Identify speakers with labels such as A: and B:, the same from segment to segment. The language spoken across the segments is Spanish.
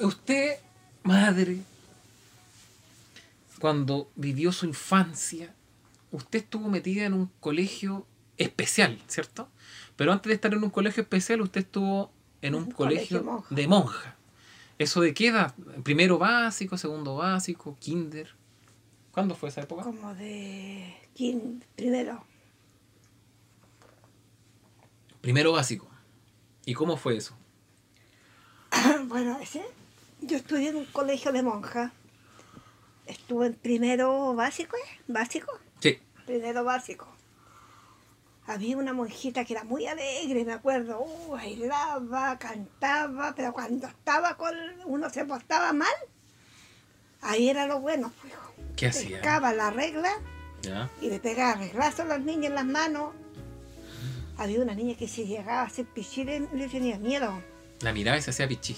A: usted, madre, cuando vivió su infancia, usted estuvo metida en un colegio especial, ¿cierto? Pero antes de estar en un colegio especial, usted estuvo en un,
B: Un
A: colegio,
B: colegio monja.
A: de monja. ¿Eso de qué edad? Primero básico, segundo básico, kinder. ¿Cuándo fue esa época?
B: Como de. kin- Primero.
A: Primero básico. ¿Y cómo fue eso?
B: bueno, ese- yo estudié en un colegio de monjas. Estuve en primero básico, ¿eh? Básico.
A: Sí.
B: Primero básico. Había una monjita que era muy alegre, me acuerdo. Uh, bailaba, cantaba, pero cuando estaba con uno se portaba mal, ahí era lo bueno. pues, hijo.
A: ¿Qué hacía?
B: Pescaba la regla
A: ¿Ya?
B: y le pegaba reglazo a las niñas en las manos. Había una niña que si llegaba a hacer pichí le, le tenía miedo.
A: La miraba y se hacía pichí.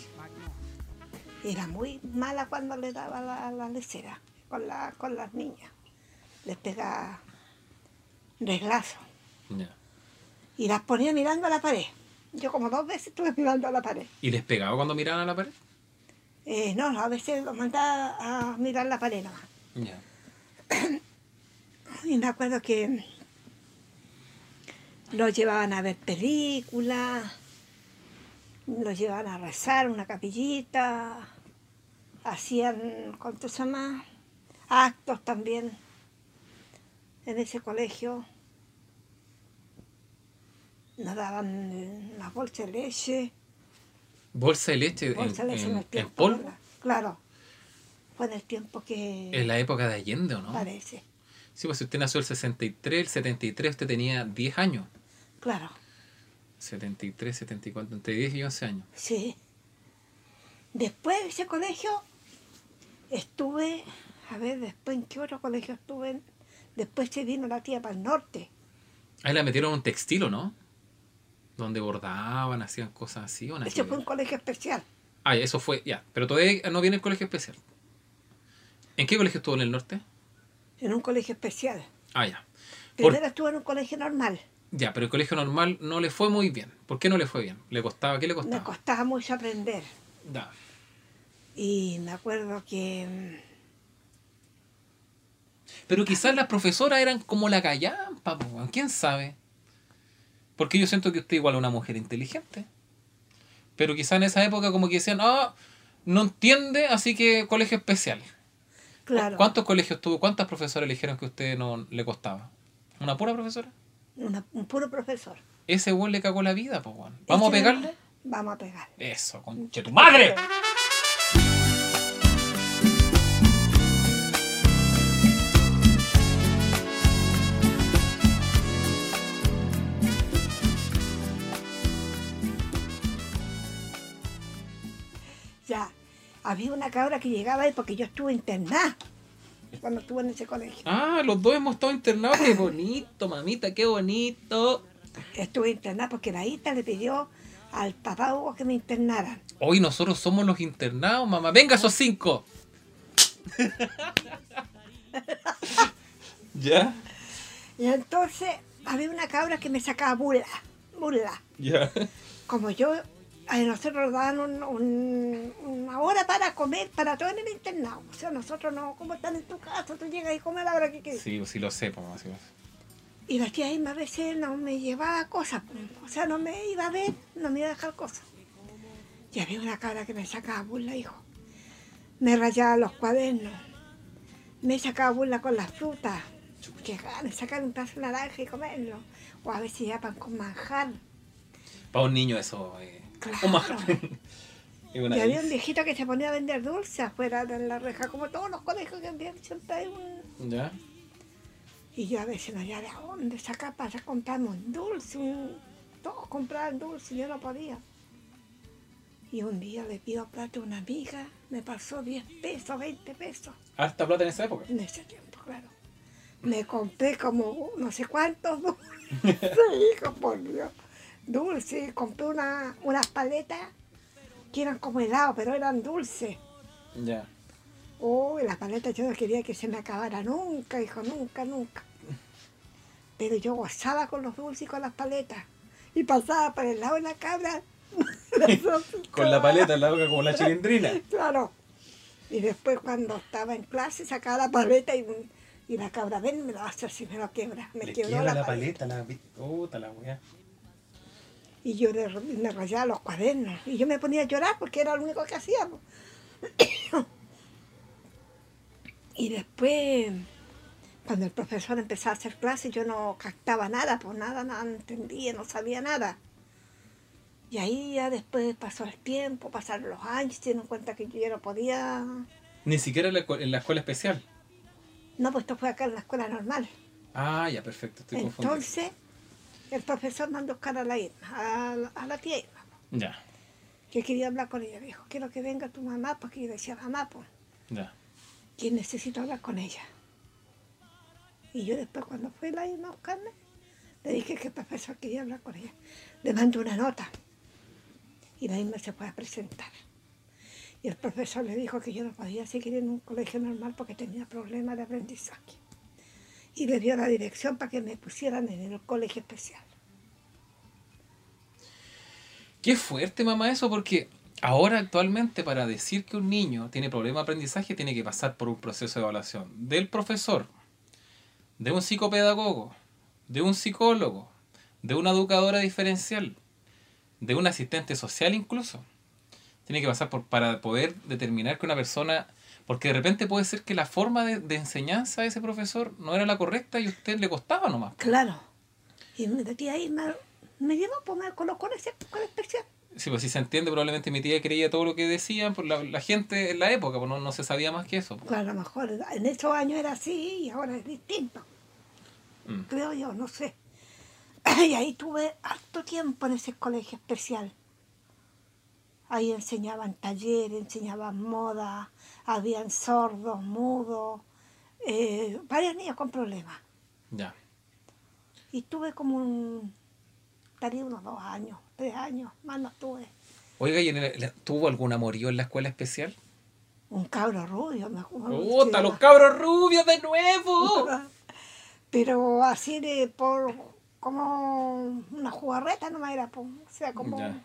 B: Era muy mala cuando le daba la, la lecera con, la, con las niñas. Les pegaba reglazo.
A: Ya.
B: y las ponía mirando a la pared. Yo como dos veces estuve mirando a la pared.
A: ¿Y les pegaba cuando miraban a la pared?
B: Eh, no, a veces los mandaba a mirar la pared nomás.
A: Ya.
B: Y me acuerdo que los llevaban a ver películas, los llevaban a rezar una capillita, hacían, ¿cuánto se llama? Actos también en ese colegio. Nos daban una bolsa de leche.
A: Bolsa de leche, en-
B: Bolsa de leche
A: en,
B: en el
A: en
B: tiempo,
A: polvo.
B: ¿verdad? Claro. Fue en el tiempo que
A: En la época de Allende, ¿o no?
B: parece.
A: Sí, pues si usted nació el 63, el 73, usted tenía 10 años.
B: Claro,
A: 73, 74, entre 10 y 11 años.
B: sí. Después de ese colegio estuve, a ver, después en qué otro colegio estuve. Después se vino la tía para el norte.
A: Ahí la metieron a un textil, ¿o no? Donde bordaban, hacían cosas así. ¿o nada que
B: Ese fue
A: ver?
B: un colegio especial.
A: Ah, ya, eso fue, ya. Pero todavía no viene el colegio especial. ¿En qué colegio estuvo en el norte?
B: En un colegio especial.
A: Ah, ya. Por-
B: Primero estuve en un colegio normal.
A: ya, pero el colegio normal no le fue muy bien. ¿Por qué no le fue bien? ¿Le costaba? ¿Qué le costaba?
B: Me costaba mucho aprender.
A: Ya.
B: Y me acuerdo que mm,
A: Eh, Pero quizás las profesoras eran como la callampa, po, weón, quién sabe. Porque yo siento que usted igual es una mujer inteligente. Pero quizás en esa época como que decían, ah, no entiende, así que colegio especial.
B: claro,
A: ¿Cuántos colegios tuvo? ¿Cuántas profesoras le dijeron que a usted no le costaba? ¿Una pura profesora?
B: una- un puro profesor.
A: Ese weón le cagó la vida, pues weón. ¿Vamos a
B: Ese era-
A: pegarle?
B: Vamos a pegarle.
A: Eso, conche tu madre.
B: Ya, había una cabra que llegaba ahí porque yo estuve internada cuando estuve en ese colegio.
A: Ah, los dos hemos estado internados. Qué bonito, mamita, qué bonito.
B: Estuve internada porque la hija le pidió al papá Hugo que me internaran.
A: Hoy nosotros somos los internados, mamá. Venga, esos cinco. ¿Ya?
B: Y entonces había una cabra que me sacaba burla, burla.
A: ¿Ya?
B: Como yo, a nosotros nos daban un- un- una hora para comer para todo en el internado. O sea, nosotros no, como están en tu casa, tú llegas y comes a la hora que quieres.
A: Sí, sí lo sé, mamá. sí lo sé.
B: Y la tía Irma a veces no me llevaba cosas, pues. o sea, no me iba a ver, no me iba a dejar cosas. Y había una cara que me sacaba burla, hijo. Me rayaba los cuadernos, me sacaba burla con las frutas, que ganas, sacar un pedazo de naranja y comerlo. O a veces ya pan con manjar.
A: Para un niño eso. eh,
B: Claro.
A: un manjar. Es una
B: Y había
A: delicia.
B: un viejito que se ponía a vender dulces afuera de la reja, como todos los colegios que habían, siempre hay un
A: ¿Ya?
B: Y yo a veces no había de dónde sacar para comprarme un dulce. un- Todos compraban dulce y yo no podía. Y un día le pido plata a una amiga, me pasó 10 pesos, 20 pesos
A: Harta plata en esa época.
B: en ese tiempo, claro. Me compré como no sé cuántos dulces, hijo, por Dios. Dulces, compré una, unas paletas que eran como helado, pero eran dulces.
A: Ya.
B: Oh, las paletas yo no quería que se me acabara nunca, hijo, nunca, nunca. Pero yo gozaba con los dulces y con las paletas. Y pasaba por el lado de la cabra,
A: Con la paleta en la boca como la chilindrina.
B: Claro. Y después cuando estaba en clase sacaba la paleta y, un- y la cabra, ven, me lo hace así, me lo quiebra. Me
A: Le
B: quebró
A: quiebra
B: la,
A: la
B: paleta.
A: paleta, la puta la weá.
B: Y yo le- me rayaba los cuadernos. Y yo me ponía a llorar porque era lo único que hacía. po. y después, cuando el profesor empezó a hacer clases, yo no captaba nada, pues nada, nada entendía, no sabía nada. Y ahí ya después pasó el tiempo, pasaron los años, se dieron cuenta que yo ya no podía.
A: Ni siquiera en la, escu- en la escuela especial.
B: No, pues esto fue acá en la escuela normal.
A: Ah, ya, perfecto, estoy confundido.
B: Entonces, el profesor mandó a buscar a la Irma, a la, a la tía Irma.
A: Ya,
B: que quería hablar con ella. Me dijo, quiero que venga tu mamá, porque yo decía, mamá, pues,
A: ya.
B: que necesito hablar con ella. Y yo después, cuando fue la Irma a buscarme, le dije que el profesor quería hablar con ella. Le mandé una nota. Y la Irma se fue a presentar. Y el profesor le dijo que yo no podía seguir en un colegio normal porque tenía problemas de aprendizaje. Y le dio la dirección para que me pusieran en el colegio especial.
A: Qué fuerte, mamá, eso, porque ahora actualmente para decir que un niño tiene problema de aprendizaje tiene que pasar por un proceso de evaluación del profesor, de un psicopedagogo, de un psicólogo, de una educadora diferencial, de un asistente social incluso. Tiene que pasar por, para poder determinar que una persona... Porque de repente puede ser que la forma de, de enseñanza de ese profesor no era la correcta y a usted le costaba nomás.
B: Claro. Y mi tía Irma me llevó, pues me colocó en ese con especial.
A: Sí, pues si se entiende, probablemente mi tía creía todo lo que decían por la, la gente en la época, pues no, no se sabía más que eso. pues.
B: A lo mejor en esos años era así y ahora es distinto,
A: Mm.
B: creo yo, no sé. Y ahí tuve harto tiempo en ese colegio especial. Ahí enseñaban talleres, enseñaban moda, habían sordos, mudos, eh, varios niños con problemas.
A: Ya.
B: Y tuve como un, estaría unos dos años, tres años, más no tuve.
A: Oiga, ¿y en el- tuvo algún amorío en la escuela especial?
B: Un cabro rubio, me acuerdo.
A: ¡Puta,
B: Sí,
A: los
B: era-
A: cabros rubios de nuevo!
B: Pero así de por como una jugarreta nomás era, po. o sea, como
A: Ya.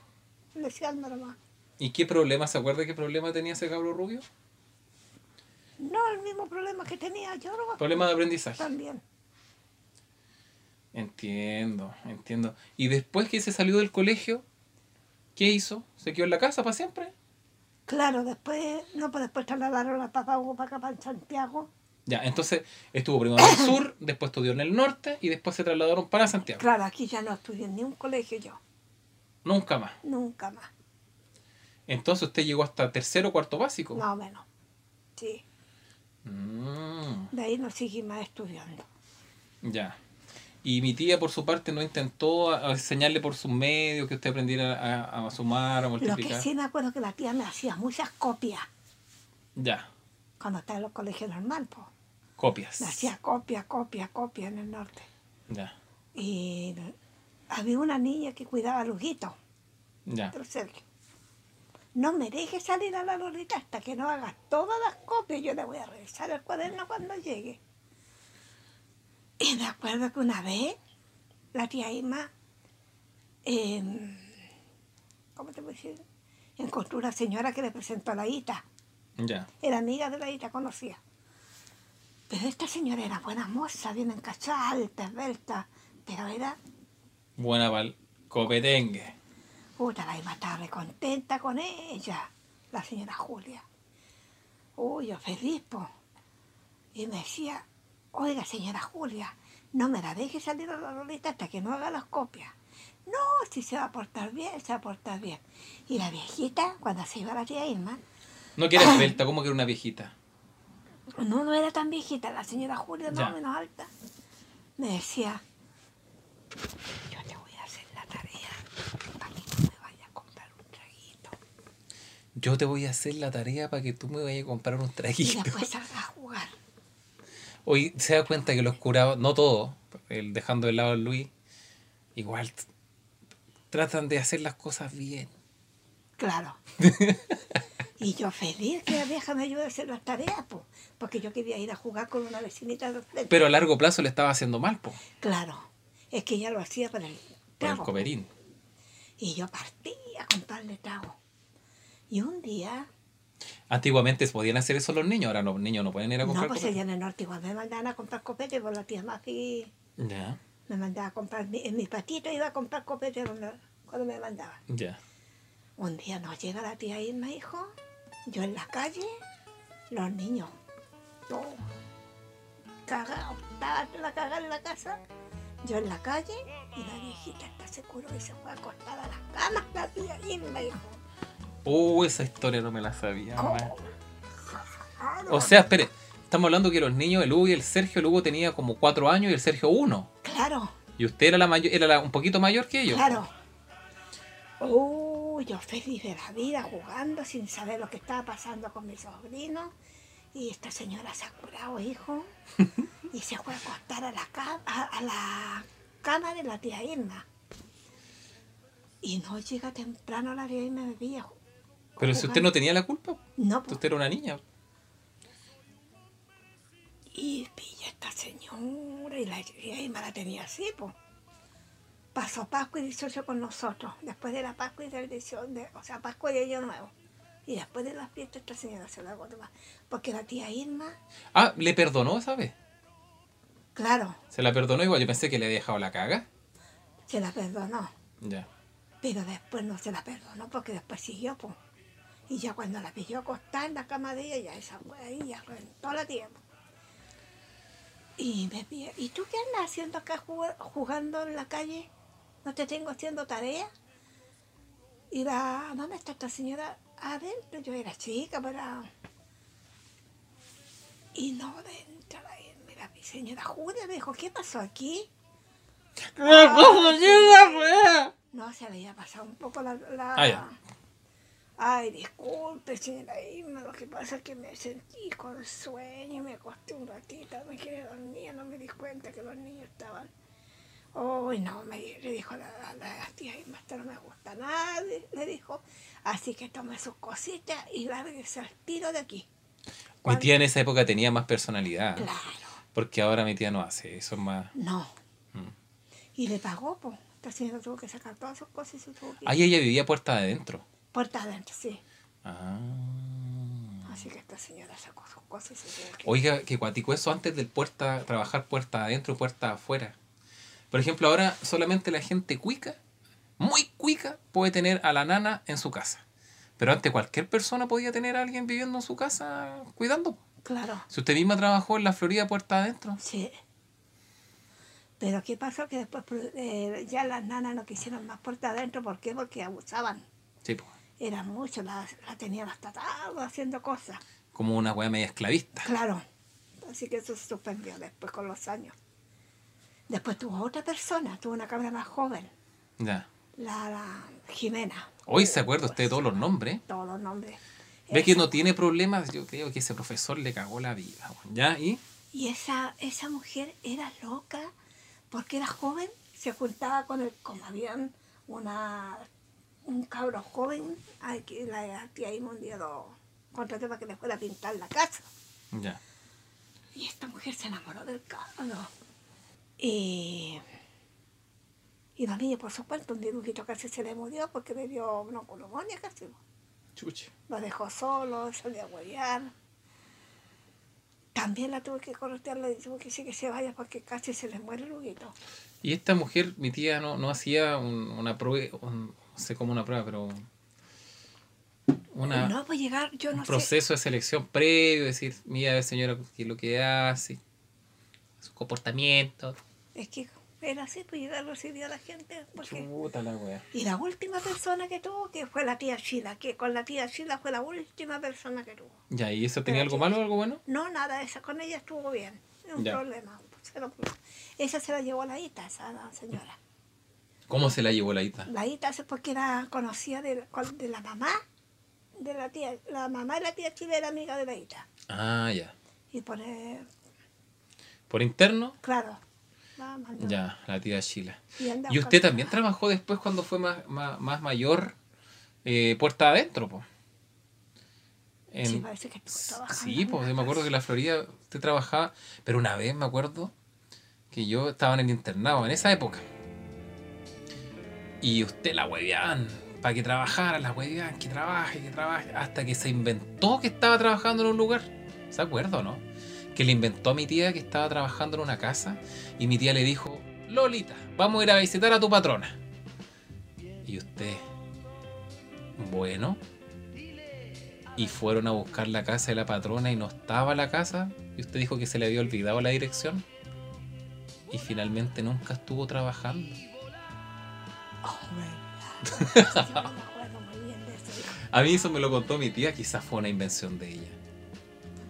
B: deseando nomás.
A: ¿Y qué problema? ¿Se acuerda qué problema tenía ese cabro rubio?
B: No el mismo problema que tenía yo nomás,
A: Problema de aprendizaje.
B: también.
A: Entiendo, entiendo. ¿Y después que se salió del colegio, qué hizo? ¿Se quedó en la casa para siempre?
B: Claro, después, no, pues después trasladaron a papá Hugo para acá, para Santiago.
A: Ya, entonces estuvo primero en el sur, después estudió en el norte y después se trasladaron para Santiago.
B: Claro, aquí ya no estudié en ningún colegio yo,
A: Nunca más.
B: nunca más,
A: Entonces usted llegó hasta tercero o cuarto básico.
B: más o menos. Sí,
A: Mm,
B: de ahí no seguí más estudiando.
A: ya. Y mi tía, por su parte, no intentó a- a enseñarle por sus medios que usted aprendiera a, a sumar, a
B: Lo que
A: multiplicar.
B: sí me acuerdo que la tía me hacía muchas copias
A: Ya,
B: cuando estaba en los colegios normal, pues.
A: copias.
B: Me hacía copia, copia, copia en el norte.
A: Ya,
B: Y había una niña que cuidaba a Lujito,
A: ya.
B: pero Sergio. No me deje salir a la Lolita hasta que no hagas todas las copias. Yo le voy a revisar el cuaderno cuando llegue. Y me acuerdo que una vez la tía Irma, em, ¿cómo te puedo decir? Encontró una señora que le presentó a la Ita.
A: Ya,
B: Era amiga de la hija, conocía. Pero esta señora era buena moza, bien encachada, alta, esbelta. Pero era,
A: buena pal. Copetengue.
B: puta, la iba estaba recontenta con ella, la señora Julia. Uy, yo feliz, po. Y me decía, oiga, señora Julia, no me la deje salir a la lolita hasta que no haga las copias. No, si se va a portar bien, se va a portar bien. Y la viejita, cuando se iba la tía Irma,
A: No que era esbelta, como que era una viejita.
B: No, no era tan viejita, la señora Julia, más
A: Ya.
B: o menos alta. Me decía, yo te voy a hacer la tarea para que tú me vayas a comprar un traguito.
A: Yo te voy a hacer la tarea para que tú me vayas a comprar un
B: Y
A: traguito.
B: después salgas a jugar.
A: Hoy se da cuenta que los curados, no todos, el, dejando de lado a Luis, igual t- tratan de hacer las cosas bien.
B: Claro. y yo feliz que la vieja me ayude a hacer las tareas, po, porque yo quería ir a jugar con una vecinita de frente.
A: Pero a largo plazo le estaba haciendo mal, po,
B: Claro, es que ella lo hacía para el
A: por el
B: trago.
A: coperín.
B: Y yo partía a comprarle trago. Y un día,
A: Antiguamente podían hacer eso los niños, ahora los niños no pueden ir a
B: no,
A: comprar
B: pues
A: copete.
B: allá en el norte igual me mandaban a comprar copete por la tía Mafi.
A: Ya,
B: Me mandaba a comprar, mi- en mis patitos iba a comprar copete donde- cuando me mandaba.
A: ya.
B: Un día nos llega la tía Irma, hijo, yo en la calle, los niños, yo cagado, estaba la cagada en la casa, yo en la calle y la viejita está seguro y se fue acostada a las camas la tía Irma, hijo.
A: Uh, esa historia no me la sabía. mamá.
B: Claro,
A: Ah, O sea, espere, estamos hablando que los niños, el Hugo y el Sergio, el Hugo tenía como cuatro años y el Sergio uno.
B: claro,
A: Y usted era la mayor, era la- un poquito mayor que ellos.
B: claro. Uh, yo feliz de la vida jugando sin saber lo que estaba pasando con mi sobrino. Y esta señora se ha curado, hijo. y se fue a acostar a la, ca- a, a la cama de la tía Irma. Y no llega temprano la tía Irma me pilla. ju-
A: Pero si usted no tenía la culpa,
B: No, pues,
A: usted era una niña.
B: y pilla esta señora y la tía Irma la tenía así, pues. Pasó Pascua y 18 con nosotros. Después de la Pascua y del 18, de- o sea, Pascua y Año Nuevo. Y después de las fiestas esta señora se la acordó más. Porque la tía Irma,
A: Ah, le perdonó esa vez.
B: claro,
A: Se la perdonó igual. Yo pensé que le había dejado la caga.
B: se la perdonó.
A: Ya.
B: Pero después no se la perdonó porque después siguió, pues. Y ya cuando la pilló acostada en la cama de ella, ya esa wea ahí ya reventó la tiempo. Y me pide, ¿y tú qué andas haciendo acá jug- jugando en la calle? ¿No te tengo haciendo tarea? Y la mamá está esta señora adentro, yo era chica, pero... Y no adentro, la mira, mi señora, Julia me dijo, ¿qué pasó aquí? Ah. No, se le había pasado un poco la... la-
A: Ah, ya.
B: Ay, disculpe, señora Irma, lo que pasa es que me sentí con sueño y me acosté un ratito, me quedé dormida, no me di cuenta que los niños estaban... Uy, no, me, le dijo la, la- la tía Irma, esto no me gusta nada, le dijo. Así que tome sus cositas y lárguese al tiro de aquí.
A: Mi tía en esa época tenía más personalidad.
B: Claro,
A: Porque ahora mi tía no hace eso es más.
B: no.
A: Mm.
B: Y le pagó, pues. Esta señora tuvo que sacar todas sus cosas y se tuvo que ir.
A: Ahí ella vivía puerta de adentro.
B: Puerta adentro, sí.
A: Ah.
B: Así que esta señora sacó sus cosas y se tuvo que ir.
A: Oiga, que cuático eso antes del puerta, trabajar puerta adentro y puerta afuera. Por ejemplo, ahora solamente la gente cuica, muy cuica, puede tener a la nana en su casa. Pero antes cualquier persona podía tener a alguien viviendo en su casa cuidando.
B: Claro.
A: Si usted misma trabajó en la Florida puerta adentro.
B: Sí. Pero ¿qué pasó? Que después eh, ya las nanas no quisieron más puerta adentro. ¿Por qué? Porque abusaban.
A: Sí, po.
B: Eran muchos, las la tenían hasta tarde haciendo cosas.
A: como una weá media esclavista.
B: Claro. Así que eso se suspendió después con los años. Después tuvo otra persona, tuvo una cabra más joven,
A: Ya.
B: la, la Jimena.
A: Hoy se acuerda usted de todos los nombres.
B: Todos los nombres.
A: Ve que
B: Esa-
A: no tiene problemas. Yo creo que ese profesor le cagó la vida. weón. Ya, y
B: Y esa, esa mujer era loca porque era joven, se juntaba con el, como habían una, un cabro joven, a que la tía Irma un día lo contrató para que le fuera a pintar la casa.
A: ya.
B: Y esta mujer se enamoró del cabro. Y, y la niña, por supuesto, un dibujito casi se le murió porque le dio broncolomania casi.
A: Chuche.
B: Lo dejó solo, salió a huellar. También la tuve que corretear, le tuve que decir que se vaya porque casi se le muere el huguito.
A: Y esta mujer, mi tía, no, no hacía un- una prueba, un- no sé cómo una prueba, pero una,
B: no, pues llegar, yo
A: un
B: no sé.
A: proceso de selección previo, decir, mira, a ver, señora, qué es lo que hace, su comportamiento.
B: Es que era así, pues llegar recibía a la gente. Porque...
A: Chuta la wea.
B: Y la última persona que tuvo, que fue la tía Sheila, que con la tía Sheila fue la última persona que tuvo.
A: Ya, ¿y eso tenía
B: Pero
A: algo malo o algo bueno?
B: No, nada, esa con ella estuvo bien. No un
A: Ya.
B: problema. se lo- esa se la llevó la Ita, esa señora.
A: ¿Cómo se la llevó la hita?
B: La hija es porque era conocida de, con- de la mamá, de la tía, la mamá de la tía Chile era amiga de la hija.
A: Ah, ya.
B: Y por eh,
A: Por interno,
B: claro, la mandó.
A: ya, la tía Sheila.
B: Y, andaba
A: ¿Y usted
B: con-
A: también trabajó después cuando fue más, más, más mayor eh, puerta adentro? Po? En-
B: Sí, pues, parece que estuvo trabajando.
A: sí, pues yo me acuerdo que en la Florida usted trabajaba, pero una vez me acuerdo que yo estaba en el internado en esa época. Y usted la hueveaban, para que trabajara, la weá, que trabaje, que trabaje, hasta que se inventó que estaba trabajando en un lugar. ¿Se acuerda o no? Que le inventó a mi tía que estaba trabajando en una casa y mi tía le dijo, Lolita, vamos a ir a visitar a tu patrona. Y usted, bueno, y fueron a buscar la casa de la patrona y no estaba la casa, y usted dijo que se le había olvidado la dirección, y finalmente nunca estuvo trabajando.
B: Oh, verdad. Yo no me acuerdo muy bien de eso. hijo.
A: A mí eso me lo contó mi tía, quizás fue una invención de ella.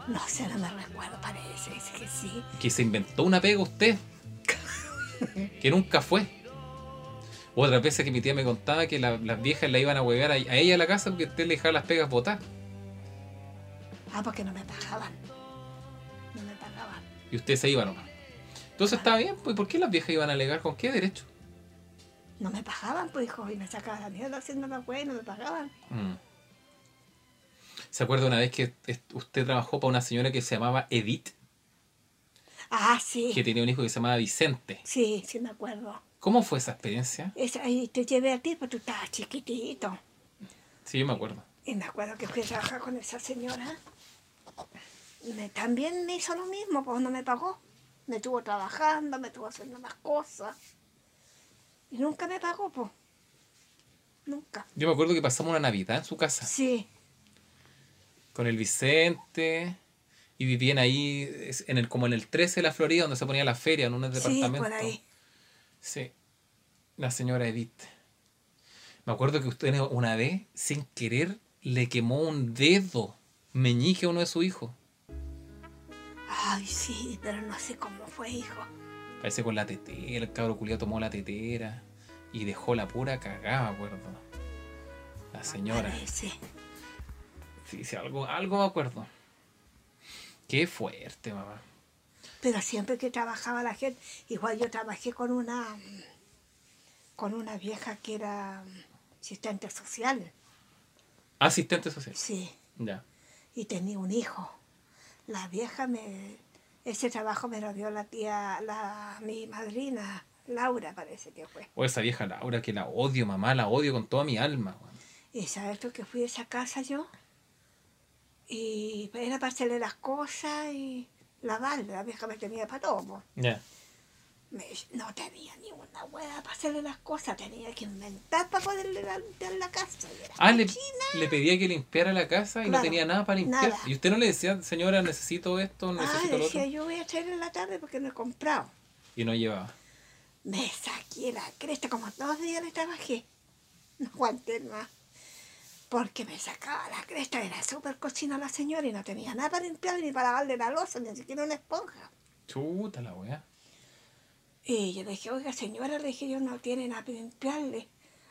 B: No sé, no me recuerdo, parece es que sí.
A: Que se inventó una pega usted, que nunca fue. Otras veces que mi tía me contaba que la- las viejas la iban a huevear a, a ella a la casa porque usted le dejaba las pegas botadas.
B: Ah, porque no me pagaban. No me pagaban.
A: Y usted se iba nomás. Entonces está bien, pues ¿por qué las viejas iban a alegar? ¿Con qué derecho?
B: No me pagaban, pues hijo, y me sacaban la mierda haciendo la wea y no me pagaban.
A: Mm. ¿Se acuerda una vez que est- usted trabajó para una señora que se llamaba Edith,
B: Ah, sí.
A: que tenía un hijo que se llamaba Vicente?
B: Sí, sí me acuerdo.
A: ¿Cómo fue esa experiencia?
B: Esa- y te llevé a ti, porque tú estabas chiquitito.
A: Sí, yo me acuerdo.
B: Y me acuerdo que fui a trabajar con esa señora. Me, también me hizo lo mismo, pues no me pagó. Me estuvo trabajando, me estuvo haciendo más cosas. Y nunca me pagó, pues. Nunca.
A: Yo me acuerdo que pasamos una Navidad en su casa
B: Sí,
A: con el Vicente y vivían ahí es- en el, como en el 13 de la Florida donde se ponía la feria en un
B: sí,
A: departamento.
B: por ahí.
A: Sí, la señora Edith. Me acuerdo que usted una vez, sin querer, le quemó un dedo meñique a uno de sus hijos.
B: Ay, sí, pero no sé cómo fue, hijo.
A: Parece con la tetera, el cabro culiao tomó la tetera y dejó la pura cagada, me acuerdo. La señora.
B: Parece.
A: Sí, sí, algo, algo me acuerdo. Qué fuerte, mamá.
B: Pero siempre que trabajaba la gente, igual yo trabajé con una mm, con una vieja que era mm, asistente social,
A: Asistente social.
B: sí,
A: Ya.
B: y tenía un hijo. La vieja me ese trabajo me lo dio la tía, la mi madrina, Laura parece que fue.
A: O esa vieja Laura que la odio, mamá, la odio con toda mi alma. weón.
B: Y sabes lo que fui a esa casa yo y era para hacerle las cosas y lavarle, la vieja me tenía para todo. po.
A: Ya.
B: Me- no tenía ni una hueá para hacerle las cosas, tenía que inventar para poderle dar, dar la casa. y era
A: Ah, le,
B: cochina.
A: le pedía que limpiara la casa y no
B: Claro,
A: tenía nada para limpiar.
B: nada.
A: Y usted no le decía, señora, necesito esto,
B: Ah,
A: necesito lo
B: decía,
A: otro.
B: yo voy a traer en la tarde porque no he comprado.
A: Y no llevaba.
B: Me saqué la cresta, como dos días le trabajé. No aguanté más. Porque me sacaba la cresta, era súper cochina la señora y no tenía nada para limpiar ni para lavarle la loza, ni siquiera una esponja.
A: Chuta la weá.
B: Y yo le dije, oiga señora, le dije, yo no tiene nada para limpiarle.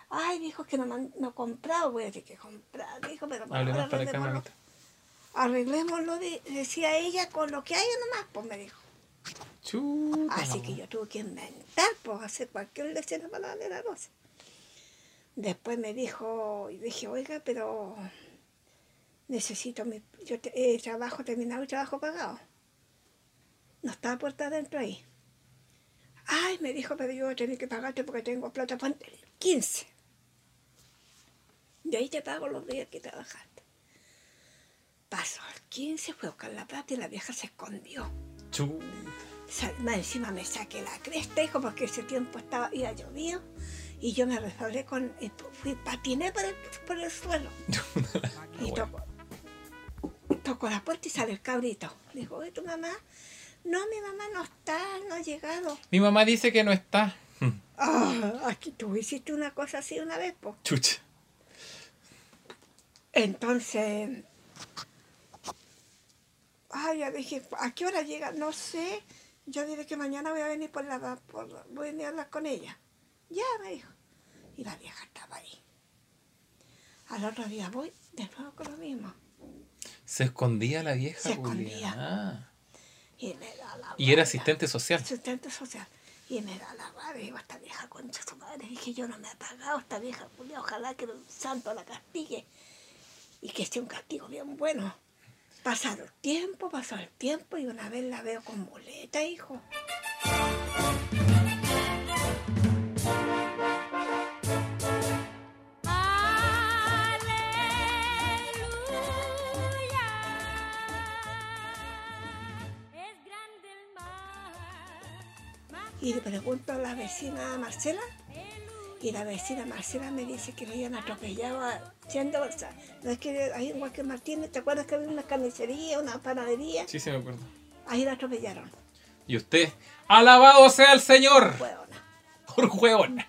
B: Ay, dijo que no, man- no compraba, voy a tener que comprar, dijo, pero por
A: Hable
B: ahora
A: más para acá,
B: arreglémoslo-
A: mamita.
B: Arreglémoslo, de- decía ella, con lo que hay nomás, pues me dijo.
A: Chuta. la
B: Así Ah, que
A: weá.
B: yo tuve que inventar, pues hacer cualquier lección para darle la cosa. Después me dijo, y dije, oiga, pero necesito mi yo te- eh, trabajo terminado y trabajo pagado. No estaba puerta adentro ahí. Ay, me dijo, pero yo voy a tener que pagarte porque tengo plata para 15. De ahí te pago los días que trabajaste. Pasó el 15, fue a buscar la plata y la vieja se escondió.
A: Chuta.
B: Sa- más Encima me saqué la cresta, hijo, porque ese tiempo estaba, había llovido y yo me resbalé con. y pu- Fui, patiné por el, por el suelo. y
A: Bueno.
B: tocó, tocó la puerta y sale el cabrito. Dijo, oye, tu mamá. No, mi mamá no está, no ha llegado.
A: Mi mamá dice que no está.
B: Ah, aquí tú hiciste una cosa así una vez, po.
A: Chucha.
B: Entonces. Ay, ya dije, ¿a qué hora llega? No sé. Yo dije que mañana voy a venir por la. Por, la- voy a venir a hablar con ella. Ya, me dijo. Y la vieja estaba ahí. Al otro día voy de nuevo con lo mismo.
A: Se escondía la vieja.
B: Se
A: culiá.
B: escondía.
A: Ah.
B: Y me da la
A: Y era
B: rabia.
A: asistente social.
B: Asistente social. Y me da la rabia. Digo, esta vieja concha su madre. Dije, yo no me he pagado esta vieja culia. Ojalá que un santo la castigue. Y que sea un castigo bien bueno. Pasado el tiempo, pasó el tiempo y una vez la veo con muleta, hijo.
C: Ah
B: Y le pregunto a la vecina Marcela, y la vecina Marcela me dice que me habían atropellado a- siendo, o sea, no es que ahí en Joaquín Martínez, ¿te acuerdas que había una carnicería, una panadería?
A: Sí, sí, me acuerdo.
B: Ahí la atropellaron,
A: Y usted, alabado sea el Señor,
B: huevona.
A: por huevón.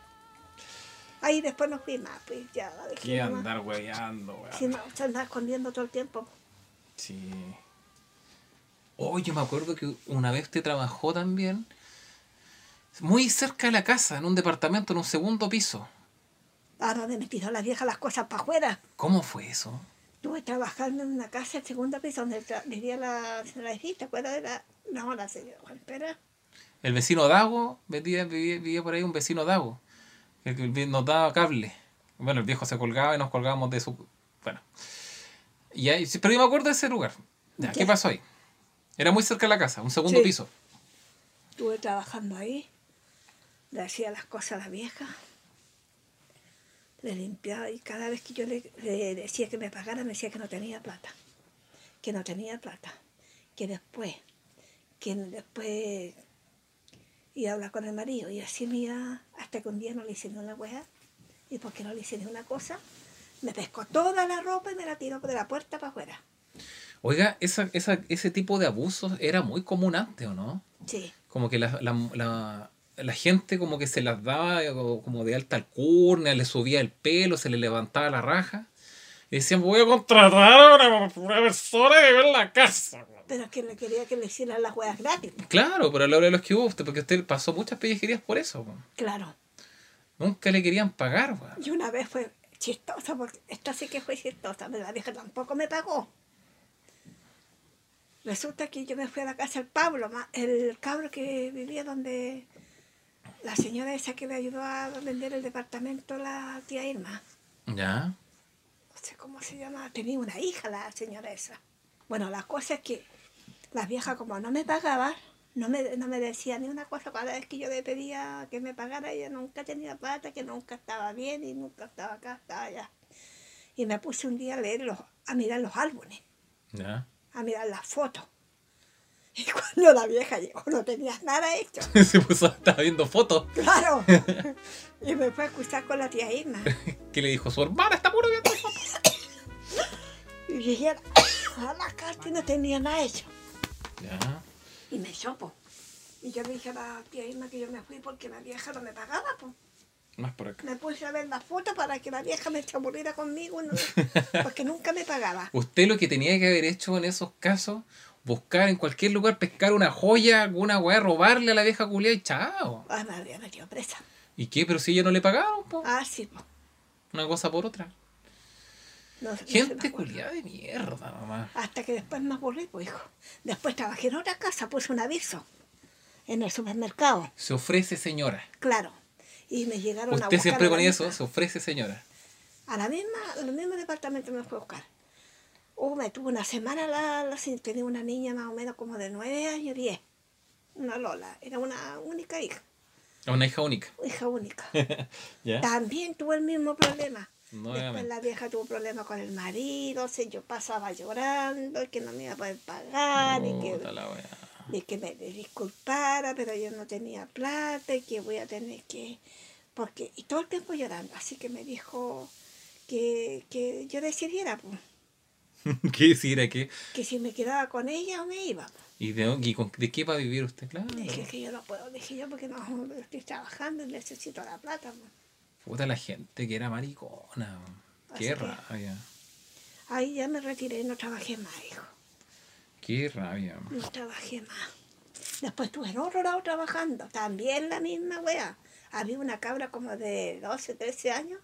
B: Ahí después no fui más, pues ya la dejé
A: Qué
B: nomás.
A: andar weyando, weón.
B: Si no, se andaba escondiendo todo el tiempo.
A: Sí. Oh, yo me acuerdo que una vez te trabajó también muy cerca de la casa, en un departamento, en un segundo piso.
B: A donde me tiró la vieja las cosas para afuera.
A: ¿Cómo fue eso?
B: Estuve trabajando en una casa en segunda piso donde tra- vivía la señora Edith, ¿te acuerdas de la, no, la señora Juan Pérez?
A: El vecino Dago, vivía, vivía, vivía por ahí un vecino Dago, el que vi- nos daba cable. Bueno, el viejo se colgaba y nos colgábamos de su... Bueno. Y ahí, sí, pero yo me acuerdo de ese lugar. Ya, ¿Qué
B: Ya.
A: pasó ahí? Era muy cerca de la casa, un segundo
B: Sí.
A: piso.
B: Estuve trabajando ahí, le hacía las cosas a la vieja, le limpiaba y cada vez que yo le, le decía que me pagara, me decía que no tenía plata, que no tenía plata, que después, que después iba a hablar con el marido y así me iba hasta que un día no le hice ni una hueá y porque no le hice ni una cosa, me pescó toda la ropa y me la tiró de la puerta para afuera.
A: Oiga, esa, esa, ese tipo de abusos era muy común antes, ¿o no?
B: Sí,
A: como que la, la, la, la gente como que se las daba eh, o- como de alta alcurnia, le subía el pelo, se le levantaba la raja. Y decían, voy a contratar a una, una persona que vive en la casa.
B: pero es que le quería que le hicieran las hueas gratis,
A: Claro, pero a la hora de los que hubo, usted- porque usted pasó muchas pellejerías por eso. po.
B: claro.
A: Nunca le querían pagar. po.
B: Y una vez fue chistosa, porque esta sí que fue chistosa, pero la vieja tampoco me pagó. Resulta que yo me fui a la casa del Pablo, ma- el cabro que vivía donde la señora esa que le ayudó a vender el departamento, la tía Irma.
A: Ya.
B: No sé cómo se llama, tenía una hija la señora esa. Bueno, la cosa es que la vieja como no me pagaba, no me, no me decía ni una cosa cada vez que yo le pedía que me pagara, ella nunca tenía plata, que nunca estaba bien y nunca estaba acá, estaba allá. Y me puse un día a leer los, a mirar los álbumes,
A: Ya.
B: a mirar las fotos. Y cuando la vieja llegó no tenía nada hecho.
A: se puso, estaba viendo fotos
B: Claro. Y me fue a escuchar con la tía Irma.
A: que le dijo, su hermana está puro viendo fotos.
B: Y llegué a la, a la casa y no tenía nada hecho.
A: Ya.
B: y me sopo. Y yo le dije a la tía Irma que yo me fui porque la vieja no me pagaba, pues.
A: Más por acá.
B: Me puse a ver las fotos para que la vieja me se aburriera conmigo, ¿no? porque nunca me pagaba.
A: Usted lo que tenía que haber hecho en esos casos, buscar en cualquier lugar, pescar una joya, alguna weá, robarle a la vieja culia y chao.
B: Ah, me había metido presa.
A: ¿Y qué? Pero si ella no le pagaron, po.
B: Ah, sí, pues.
A: Una cosa por otra.
B: No, no se me
A: Gente
B: acuerdo.
A: culiada de mierda, mamá.
B: Hasta que después me aburrí, pues, hijo. Después trabajé en otra casa, puse un aviso en el supermercado,
A: Se ofrece señora.
B: claro. Y me llegaron a
A: Usted
B: buscar.
A: siempre
B: a la
A: ponía eso,
B: misma-
A: se ofrece señora.
B: A la misma, al mismo departamento me fue a buscar. Oh, me tuvo una semana, la, la sin- tenía una niña más o menos como de nueve años, 10. Una Lola, era una única hija,
A: A una hija única.
B: hija única.
A: ¿Ya?
B: También tuvo el mismo problema. Después
A: Nuevamente.
B: la vieja tuvo problemas con el marido, se, yo pasaba llorando, y que no me iba a poder pagar, y que
A: Puta la weá.
B: de que me disculpara, pero yo no tenía plata y que voy a tener que... Porque, y todo el tiempo llorando, así que me dijo que, que yo decidiera, pues,
A: ¿Qué decir aquí?
B: que si me quedaba con ella o me iba. pues.
A: ¿Y de, y con- de qué va a vivir usted? Claro.
B: Dije que yo no puedo, dije yo porque no estoy trabajando y necesito la plata. pues.
A: Puta la gente que era maricona.
B: Así
A: Qué
B: que-
A: rabia.
B: Ahí ya me retiré y no trabajé más, hijo,
A: Qué rabia.
B: no trabajé más. Después estuve en otro lado trabajando, también la misma wea. Había una cabra como de 12, 13 años,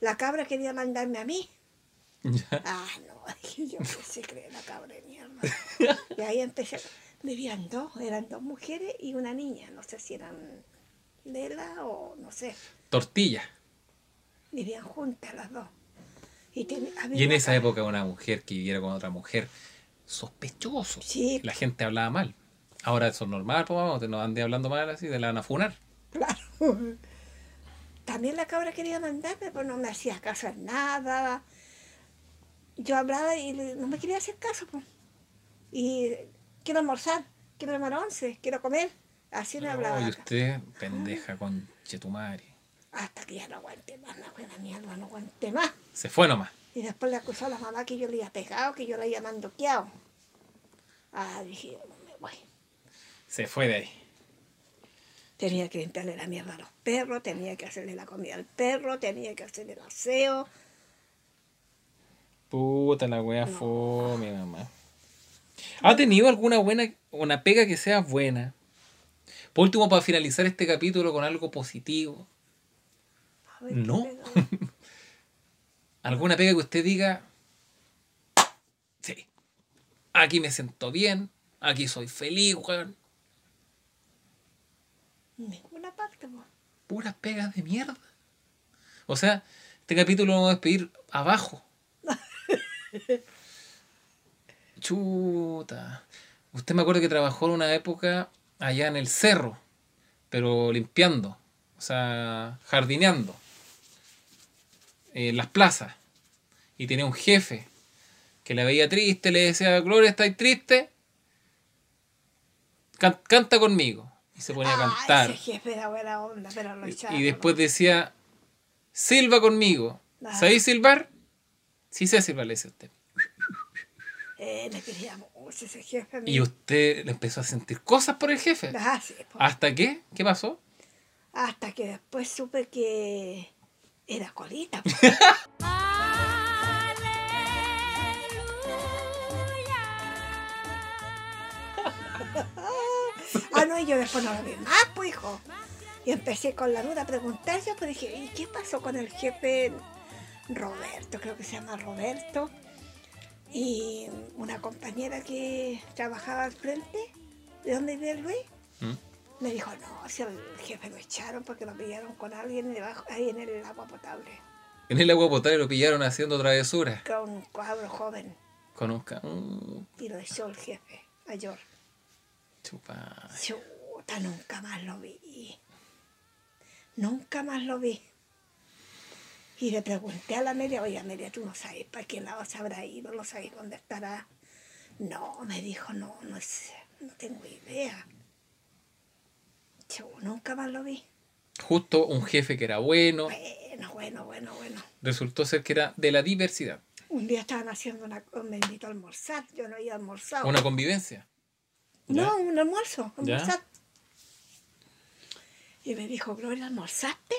B: la cabra quería mandarme a mí.
A: Ya.
B: Ah, no, dije yo que se cree la cabra de mierda. Y ahí empecé. Vivían dos, eran dos mujeres y una niña. No sé si eran Lela o no sé.
A: Tortilla.
B: Vivían juntas las dos. Y, ten- había
A: Y en
B: una
A: esa
B: ca-
A: época una mujer que viviera con otra mujer, sospechoso.
B: Sí.
A: La gente hablaba mal. Ahora eso es normal, pues vamos, te no andes hablando mal así, de la van a funar.
B: Claro. También la cabra quería mandarme, pero no me hacía caso en nada. Yo hablaba y le- no me quería hacer caso. pues. Y quiero almorzar, quiero tomar once, quiero comer. Así me hablaba.
A: Oye,
B: acá.
A: usted, pendeja con Chetumari.
B: Hasta que ya no aguanté más, la buena mierda, no aguanté más.
A: Se fue nomás.
B: Y después le acusó a la mamá que yo le había pegado, que yo la había mandoqueado. Ah, dije, yo no me voy.
A: Se fue de ahí.
B: Tenía que limpiarle la mierda a los perros, tenía que hacerle la comida al perro, tenía que hacerle el aseo.
A: Puta la wea fome, mamá. ¿Ha tenido alguna buena, una pega que sea buena? Por último, para finalizar este capítulo con algo positivo.
B: A ver,
A: No.
B: ¿qué pegaba?
A: ¿Alguna pega que usted diga? Sí. Aquí me siento bien. Aquí soy feliz, weón.
B: Ninguna parte, pues. po.
A: Puras pegas de mierda. O sea, este capítulo lo vamos a despedir abajo. Chuta. Usted me acuerdo que trabajó en una época allá en el cerro, pero limpiando, o sea, jardineando, en las plazas. Y tenía un jefe que la veía triste, le decía, Gloria, ¿estáis triste? Can- canta conmigo. Y se ponía a
B: Ah,
A: cantar.
B: Ese jefe era buena onda, pero lo echaba.
A: Y después decía, silba conmigo.
B: Ah.
A: ¿Sabéis silbar? Sí sé silbar, le decía usted.
B: Eh, me quería mucho ese jefe.
A: Y usted le empezó a sentir cosas por el jefe.
B: Ah, sí, po.
A: ¿Hasta qué? ¿Qué pasó?
B: Hasta que después supe que era colita. pues. po. ah, no, y yo después no lo vi más, pues hijo. Y empecé con la duda a preguntar, yo pues dije, ¿y qué pasó con el jefe Roberto? Creo que se llama Roberto. Y una compañera que trabajaba al frente, ¿de dónde vive el Luis?
A: ¿Mm?
B: Me dijo, no, si al jefe lo echaron porque lo pillaron con alguien debajo, ahí en el agua potable,
A: En el agua potable lo pillaron haciendo travesuras.
B: con un cuadro joven,
A: Conozca. un
B: y lo echó el jefe mayor.
A: chupa.
B: Chuta, nunca más lo vi. Nunca más lo vi. Y le pregunté a la Amelia, oye Amelia, tú no sabes para qué lado se habrá ido, no sabes dónde estará. No, me dijo, no, no sé, no tengo idea. Chu, nunca más lo vi.
A: Justo un jefe que era bueno.
B: Bueno, bueno, bueno, bueno.
A: Resultó ser que era de la diversidad.
B: Un día estaban haciendo una. Me invitó a almorzar. Yo no había almorzado.
A: Una convivencia. ¿Ya?
B: No, un almuerzo.
A: ¿Ya?
B: Almorzar. Y me dijo, Gloria, ¿almorzaste?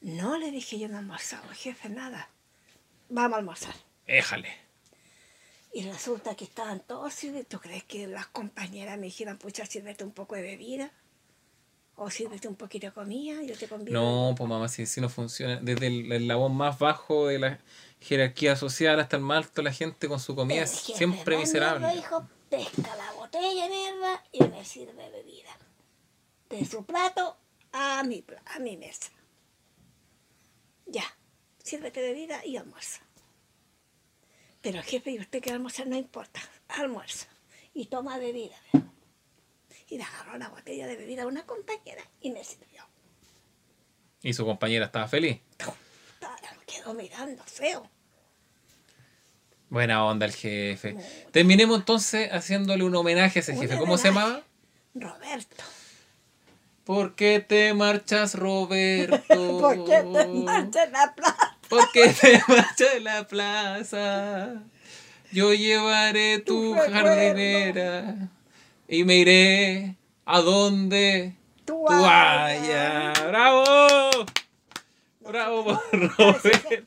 B: No, le dije, yo no he almorzado, jefe, nada. Vamos a almorzar.
A: Éjale.
B: Y resulta que estaban todos sirve- ¿Tú crees que las compañeras me dijeron, pucha, sírvete un poco de bebida? O sírvete un poquito de comida, yo te convido.
A: No, pues mamá, si, si no funciona. Desde el eslabón más bajo de la jerarquía social hasta el más alto, la gente con su comida es
B: Pero es que
A: siempre
B: Fernando
A: miserable.
B: Hijo, pesca la botella mierda y me sirve bebida. De su plato a mi, pla- a mi mesa. Ya, sírvete bebida y almuerzo. Pero jefe, y usted que almorzar no importa, almuerzo. Y toma bebida. Y le agarró la botella de bebida a una compañera y me sirvió.
A: Y su compañera estaba feliz.
B: Para, me quedó mirando feo.
A: Buena onda el jefe. Terminemos entonces haciéndole un homenaje a ese
B: Un
A: jefe. ¿Cómo se
B: homenaje.
A: llamaba?
B: Roberto.
A: ¿Por qué te marchas, Roberto?
B: ¿Por qué te marcha en la plaza?
A: ¿Por qué te marchas de la plaza? Yo llevaré tu
B: Tu recuerdo.
A: jardinera y me iré a donde
B: Tú
A: ¡Guaya! ¡Bravo! ¡Bravo por Roberto!